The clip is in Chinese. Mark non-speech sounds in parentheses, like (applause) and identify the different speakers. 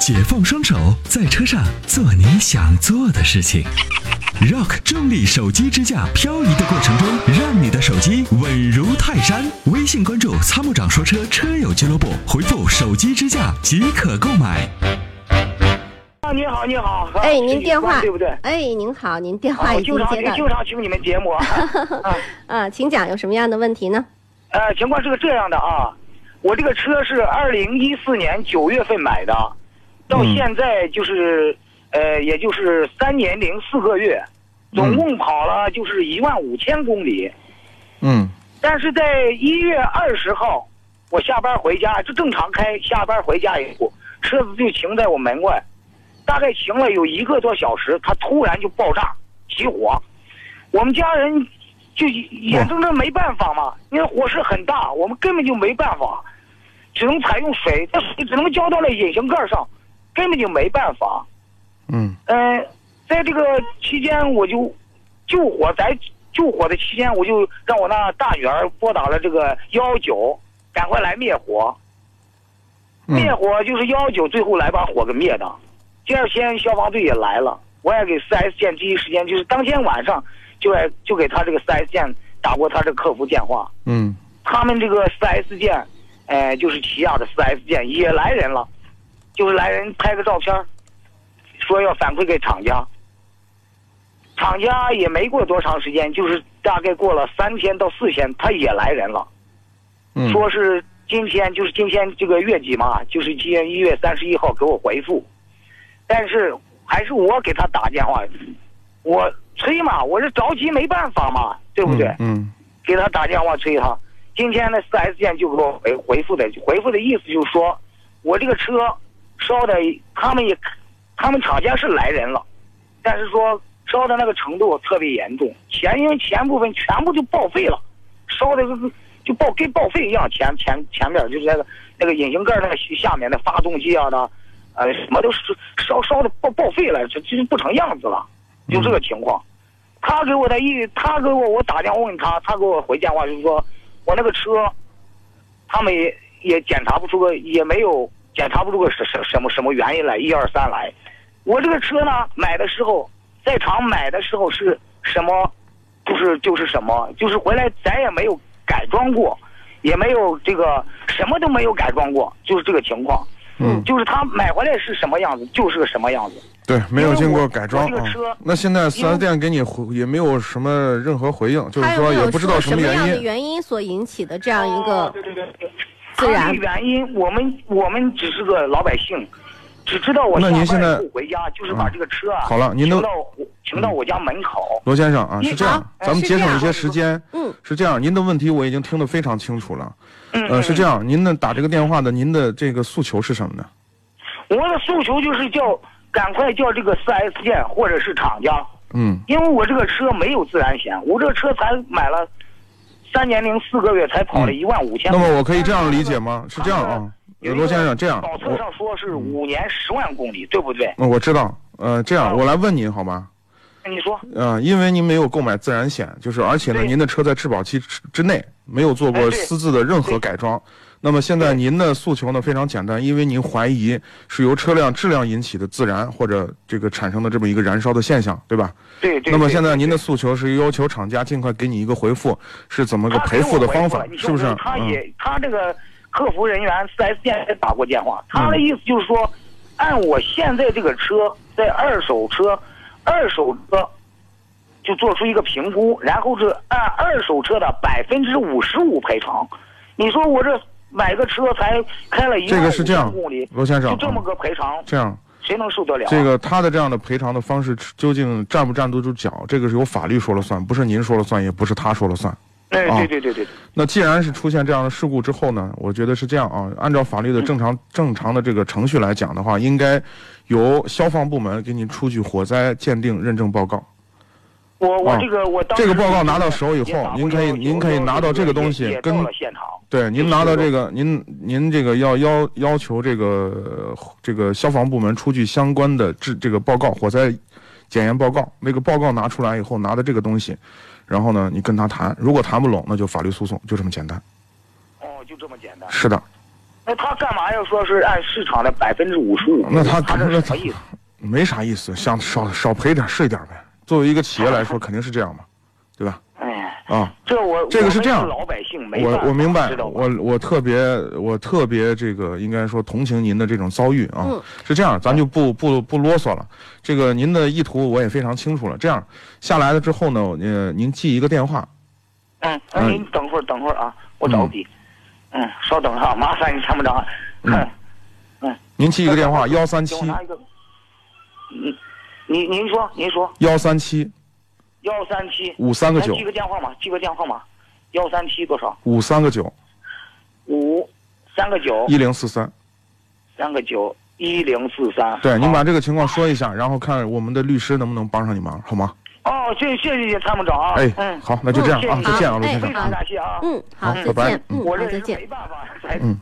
Speaker 1: 解放双手，在车上做你想做的事情。Rock 重力手机支架，漂移的过程中，让你的手机稳如泰山。微信关注“参谋长说车”车友俱乐部，回复“手机支架”即可购买。
Speaker 2: 啊，你好，你好。啊
Speaker 3: 哎，您电话
Speaker 2: 对不对？
Speaker 3: 哎，您好，您电
Speaker 2: 啊
Speaker 3: 话
Speaker 2: 我
Speaker 3: 已经
Speaker 2: 经常
Speaker 3: 接到
Speaker 2: 经常听你们节目啊。啊
Speaker 3: 啊，请讲，有什么样的问题呢？
Speaker 2: 呃，情况是个这样的啊，我这个车是二零一四年九月份买的，到现在就是、呃，也就是三年零四个月，总共跑了就是一万五千公里。
Speaker 4: 嗯
Speaker 2: 但是在一月二十号，我下班回家就正常开，下班回家以后，车子就停在我门外，大概停了有一个多小时，它突然就爆炸起火，我们家人就眼睁睁没办法嘛，因为火势很大，我们根本就没办法，只能采用水，那水只能浇到了引擎盖上，根本就没办法。
Speaker 4: 嗯
Speaker 2: 嗯，在这个期间，我就救火在救火的期间，我就让我那大女儿拨打了这个幺幺九，赶快来灭火。灭
Speaker 4: 嗯
Speaker 2: 火就是幺幺九最后来把火给灭的。第二天消防队也来了，我也给 4S 店第一时间就是当天晚上就给就给他这个 4S 店打过他这客服电话。
Speaker 4: 嗯
Speaker 2: 他们这个 4S 店，呃，就是起亚的 4S 店也来人了，就是来人拍个照片儿，说要反馈给厂家。厂家也没过多长时间，就是大概过了三天到四天，他也来人了，
Speaker 4: 嗯，
Speaker 2: 说是今天就是今天这个月几嘛，就是今年一月三十一号给我回复，但是还是我给他打电话，我催嘛，我是着急没办法嘛，对不对？
Speaker 4: 嗯
Speaker 2: 给他打电话催他。今天呢，4S 店就给我回回复的，回复的意思就是说，我这个车烧的，他们也，他们厂家是来人了，但是说烧的那个程度特别严重，前因为前部分全部就报废了，烧的就是就报跟报废一样，前前前面就是那个那个引擎盖那个下面的发动机啊的，呃，什么都是烧烧的报报废了，这这不成样子了，就这个情况。他给我的一，他给我我打电话问他，他给我回电话就是说，我那个车，他们也也检查不出个，也没有检查不出个什什什么什么原因来，一二三来。我这个车呢，买的时候在厂买的时候是什么，就是就是什么，就是回来咱也没有改装过，也没有这个什么都没有改装过，就是这个情况。
Speaker 4: 嗯，
Speaker 2: 就是他买回来是什么样子，就是个什么样子。
Speaker 4: 对，没有经过改装
Speaker 2: 因为我这个车
Speaker 4: 啊。那现在四
Speaker 2: 因为
Speaker 4: S 店给你回也没有什么任何回应，就是
Speaker 3: 他有
Speaker 4: 说
Speaker 3: 没
Speaker 4: 也
Speaker 3: 有
Speaker 4: 不知道
Speaker 3: 说
Speaker 4: 什
Speaker 3: 什
Speaker 4: 么
Speaker 3: 么样
Speaker 4: 原
Speaker 3: 的
Speaker 4: 因。
Speaker 3: 原因所引起的这样一个
Speaker 2: 哦对对对对。
Speaker 3: 自
Speaker 2: 他
Speaker 3: 燃
Speaker 2: 这个？原因，我们我们只是个老百姓，只知道我
Speaker 4: 那
Speaker 2: 下班
Speaker 4: 您现在嗯
Speaker 2: 以后回家就是把这个车啊，
Speaker 4: 好了您
Speaker 2: 停
Speaker 4: 都
Speaker 2: 到我停到我家门口。
Speaker 4: 罗先生啊，是这样
Speaker 3: 嗯好，
Speaker 2: 哎
Speaker 4: 咱们
Speaker 3: 是这
Speaker 4: 节省一
Speaker 3: 样
Speaker 2: 啊
Speaker 4: 些时间。
Speaker 3: 嗯，
Speaker 4: 是这样，您的问题我已经听得非常清楚了。
Speaker 2: 嗯，
Speaker 4: 呃，是这
Speaker 2: 样。
Speaker 4: 样，您的打这个电话的，您的这个诉求是什么呢？
Speaker 2: 我的诉求就是叫赶快叫这个 4S 店或者是厂家，
Speaker 4: 嗯
Speaker 2: 因为我这个车没有自然险，我这个车才买了三年零四个月，才跑了
Speaker 4: 嗯
Speaker 2: 一万五千。
Speaker 4: 那么我可以这样理解吗？是这样啊，
Speaker 2: 有一
Speaker 4: 呃
Speaker 2: 个
Speaker 4: 罗先生，这样
Speaker 2: 保测
Speaker 4: 我
Speaker 2: 上说是五年十万公里，对不对？
Speaker 4: 呃我知道，呃，这
Speaker 2: 啊
Speaker 4: 样我来问您好吧？
Speaker 2: 你说，
Speaker 4: 呃，因为您没有购买自然险，就是而且呢，
Speaker 2: 对
Speaker 4: 您的车在质保期之之内没有做
Speaker 2: 哎
Speaker 4: 过
Speaker 2: 对
Speaker 4: 私自的任何改装。那么现在您的诉求呢非常简单，因为您怀疑是由车辆质量引起的自燃或者这个产生的这么一个燃烧的现象，对吧？
Speaker 2: 对对。
Speaker 4: 那么
Speaker 2: 对
Speaker 4: 现在您的
Speaker 2: 对
Speaker 4: 诉求是要求厂家尽快给你一个回复，是怎么个
Speaker 2: 他
Speaker 4: 赔
Speaker 2: 啊给我
Speaker 4: 付的
Speaker 2: 回
Speaker 4: 方
Speaker 2: 复
Speaker 4: 法
Speaker 2: 了，你
Speaker 4: 是不
Speaker 2: 听
Speaker 4: 是
Speaker 2: 我说？他
Speaker 4: 嗯
Speaker 2: 也他这个客服人员四 S 店也打过电话，他
Speaker 4: 嗯
Speaker 2: 的意思就是说，按我现在这个车在二手车，二手车就做出一个评估，然后是按二手车的百分之五十五赔偿。你说我这买个车才开了一
Speaker 4: 这
Speaker 2: 万
Speaker 4: 个是这样
Speaker 2: 公里，，
Speaker 4: 罗先
Speaker 2: 就
Speaker 4: 生啊，
Speaker 2: 这么个赔偿，
Speaker 4: 这样。
Speaker 2: 谁能受得了啊？
Speaker 4: 这个他的这样的赔偿的方式究竟站不站得住脚，这个是由法律说了算，不是您说了算，也不是他说了算。
Speaker 2: 哎，
Speaker 4: 啊
Speaker 2: 对对对对对，
Speaker 4: 那既然是出现这样的事故之后呢，我觉得是这样啊，按照法律的正常正常的这个程序来讲的话，应该由消防部门给您出具火灾鉴定认证报告。
Speaker 2: 我我
Speaker 4: 啊
Speaker 2: 这个我当
Speaker 4: 这个
Speaker 2: 时
Speaker 4: 报告拿到
Speaker 2: 也
Speaker 4: 手以
Speaker 2: 也
Speaker 4: 后
Speaker 2: 打过
Speaker 4: 您可以
Speaker 2: 幺幺九
Speaker 4: 您可以
Speaker 2: 幺
Speaker 4: 拿
Speaker 2: 幺
Speaker 4: 到
Speaker 2: 九
Speaker 4: 这个东
Speaker 2: 也
Speaker 4: 西
Speaker 2: 也
Speaker 4: 跟
Speaker 2: 到了现场。
Speaker 4: 对，您
Speaker 2: 是
Speaker 4: 拿到
Speaker 2: 的
Speaker 4: 这个，您您这个要要要求这个呃这个消防部门出具相关的这这个报告，火灾检验报告。那个报告拿出来以后，拿到这个东西，然后呢，你跟他谈，如果谈不拢，那就法律诉讼，就这么简单。
Speaker 2: 哦，就这么简单。
Speaker 4: 是的，
Speaker 2: 那他干嘛要说是按市场的百分之五十五？
Speaker 4: 那他
Speaker 2: 他这
Speaker 4: 那
Speaker 2: 什
Speaker 4: 他
Speaker 2: 么意思？
Speaker 4: 没啥意思，想少少赔点是一点呗。作为一个企业
Speaker 2: (laughs)
Speaker 4: 来说，肯定是这样嘛，对吧？
Speaker 2: 哎呀，
Speaker 4: 啊，
Speaker 2: 这我
Speaker 4: 这个是这样
Speaker 2: 我们老百姓没办
Speaker 4: 我
Speaker 2: 法
Speaker 4: 我明白
Speaker 2: 知，道吧
Speaker 4: 我我特别我特别这个应该说同情您的这种遭遇啊，
Speaker 3: 嗯
Speaker 4: 是这样，咱就不不不啰嗦了。这个您的意图我也非常清楚了。这样下来了之后呢，呃，您记一个电话，
Speaker 2: 嗯，那您等会儿，等会儿啊，我找个笔。嗯，稍等哈，麻烦你参谋长。
Speaker 4: 嗯您记一个
Speaker 2: (laughs)
Speaker 4: 电话幺三七
Speaker 2: 给啊我拿一个。嗯，您您说，您说
Speaker 4: 幺三七
Speaker 2: 幺三七
Speaker 4: 五三个九
Speaker 2: 记个电话嘛，记个电话嘛，幺三七多少？
Speaker 4: 五三个九
Speaker 2: 五三个九
Speaker 4: 一零四三。
Speaker 2: 三个九一零四三。
Speaker 4: 对，您
Speaker 2: 好
Speaker 4: 把这个情况说一下，然后看我们的律师能不能帮上你忙，好吗？
Speaker 2: 哦，谢谢谢谢参谋长啊。
Speaker 4: 哎，
Speaker 2: 嗯，
Speaker 4: 好，那就这样
Speaker 2: 嗯
Speaker 4: 啊，
Speaker 2: 谢谢
Speaker 4: 再见啊，卢
Speaker 3: 哎
Speaker 4: 先
Speaker 2: 非
Speaker 4: 生。
Speaker 2: 常
Speaker 4: 嗯
Speaker 2: 感谢啊。
Speaker 3: 嗯，好，
Speaker 4: 好
Speaker 3: 再
Speaker 4: 拜拜
Speaker 3: 见，嗯，
Speaker 2: 我
Speaker 3: 好，
Speaker 2: 这
Speaker 3: 再
Speaker 2: 是
Speaker 3: 见
Speaker 2: 没。办法才
Speaker 4: 嗯